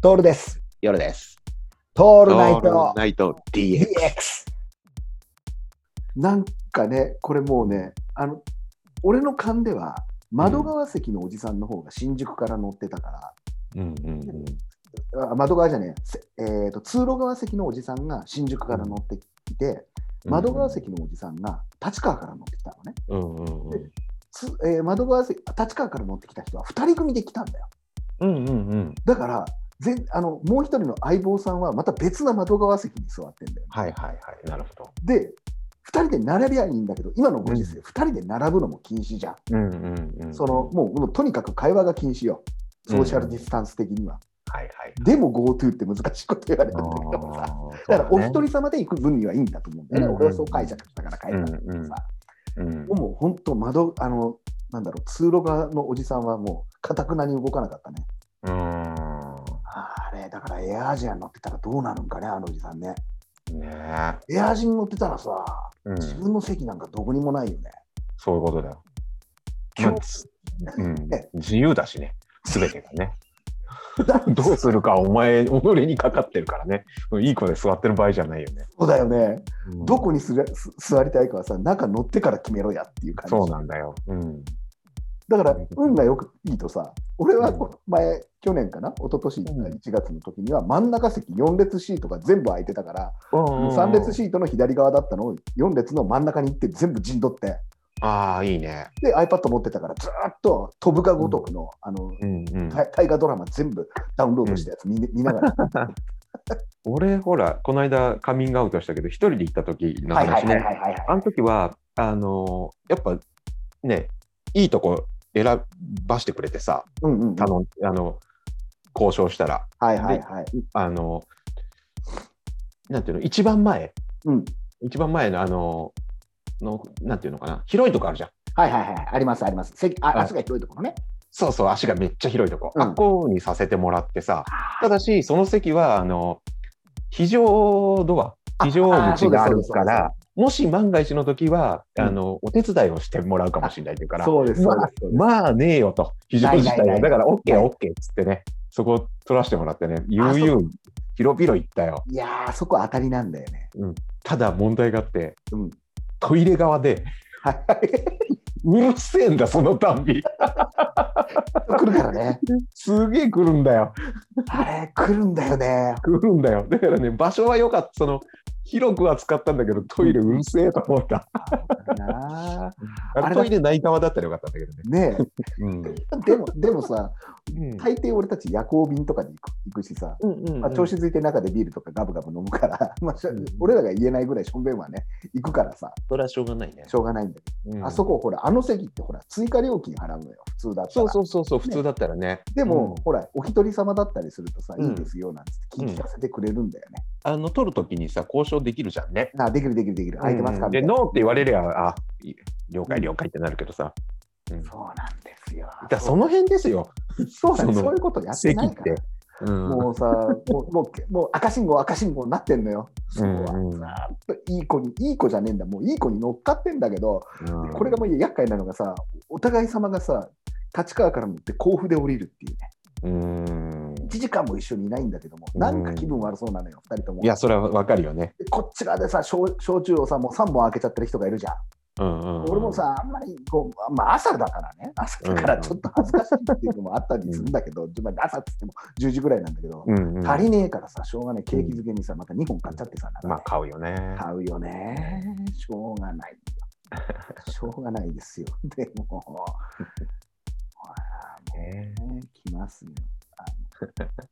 トールです。夜です。トオールナイトナイト DX。 DX。なんかね、これもうね、あの、俺の勘では、窓側席のおじさんの方が新宿から乗ってたかうんうんうん。ら、あ窓側じゃねえせ、えーと、通路側席のおじさんが新宿から乗ってきて、窓側席のおじさんが立川から乗ってきたのね。うんうんうん。つえー窓側席、立川から乗ってきた人は2人組で来たんだよ。うんうんうん。だから、全あのもう一人の相棒さんはまた別な窓側席に座ってんだよ。はいはいはい。なるほど。で、2人で並びゃいいんだけど、今のご時世、2人で並ぶのも禁止じゃん。うんうんうん。そのもうもうとにかく会話が禁止よ、ソーシャルディスタンス的には。はいはい。でも GoTo って難しいこと言われたんだけどさ、だからお一人人様で行く分にはいいんだと思うんだよね、うんうん俺はそう解釈したから解釈したけどさ、うんもう本当、窓、あの、なんだろう、通路側のおじさんはもう、かたくなに動かなかったね。あれ、だからエアアジアに乗ってたらどうなるんかね、あのおじさんね。うん。ねえ。エアアジに乗ってたらさ、うん。自分の席なんかどこにもないよね。そういうことだよ。今まあ日つうんね。自由だしね。すべてが ね。だどうするかお前、己にかかってるからね。いい子で座ってる場合じゃないよね。そうだよね。うんどこにすれす座りたいかはさ、中乗ってから決めろやっていう感じ。そうなんだよ。うん。だから、運がよくいいとさ、俺はこの前、去年かな、一昨年1月の時には、真ん中席4列シートが全部空いてたから、3列シートの左側だったのを、4列の真ん中に行って、全部陣取って、ああ、いいね。で、iPad 持ってたから、ずーっと飛ぶかごとくの、あの、うんうん。大大河ドラマ全部ダウンロードしたやつ見,、見なが ら、俺、ほら、この間カミングアウトしたけど、一人で行った時のはいはい話はいね。はいはい。あの時は、あのーやっぱね、いいとこ選ばしてくれてさ、うんうん。はい頼んあの、交渉したら、はいはい。あの、なんていうの、一番前、うん。一番前の、あの、のなんていうのかな、広いとこあるじゃん。はいはいはい。ありますあります。席あ、はい足が広いところね。そうそう、足がめっちゃ広いとこ。うんあっこにさせてもらってさ、ただし、その席は、あの、非常ドア、あ非常あーそうです口があるかそうら、もし万が一の時は、うんあの、お手伝いをしてもらうかもしれないというから、そうです、そうですそうです。まあねえよと、非常事態ないないなが。いだから、オッケーないオッケーっつってね、そこを取らせてもらってね、ゆうゆ、あそう広々行ったよ。いやー、そこ当たりなんだよね。ただ問題があって、うんトイレ側で、はいうるせえんだ、そのたんび。来るから ね。すげえ来るんだよ。あれ、来るんだよ ね。来るんだよ。だからね、場所は良かった。その、広くは使ったんだけど、トイレうるせえと思った。なあああれれだトイレない側だったらよかったんだけどね。ねうん。え、でも、でもさ、うん大抵俺たち夜行便とかに行く行くしさ、うんうんまあ、調子づいて中でビールとかガブガブ飲むから、 まあしょうん俺らが言えないぐらいしょんべんはね、行くからさ、それはしょうがないねしょうがないんだけど、あそこ、ほら、あの席ってほら、追加料金払うのよ、普通だったそうら。そうそうそう、普通だったらね。でも、うんほら、お一人様だったりするとさ、うんいいですよなんつって聞かせてくれるんだよね。あの、取るときにさ、交渉できるじゃんね。なあ、できるできるできる、空いてますかうんみたで、いなノーって言われりゃ、あ、い了う解ん了解ってなるけどさ。うんだかそうなんですよ。らその辺ですよ。そうなんですそそのういうことやって席なっいからて。。うんもうさ、もう、もう、もう赤信号、赤信号になってんのよ。そこはうんうんさーっといい子に、いい子じゃねえんだ、もういい子に乗っかってんだけど、うんこれがもう厄介なのがさ、お互い様がさ、立川から乗って甲府で降りるっていうね、うん。 1時間も一緒にいないんだけども、うんなんか気分悪そうなのよ、2人とも。いや、それはわかるよね。でこっち側でさ、焼焼酎をさ、もう3本開けちゃってる人がいるじゃん。うんうんうん。俺もさ、あんまりこう、まあ、朝だからね、朝だからちょっと恥ずかしいっていうのもあったりするんだけど、まあ朝っつっても10時ぐらいなんだけど、うんうん、足りねえからさ、しょうがねえ、ケーキ漬けにさ、また2本買っちゃってさ、なんかねまあ買うよね。買うよね。しょうがないよ。しょうがないですよ。でも、 ほらもうね、来ますよ。あの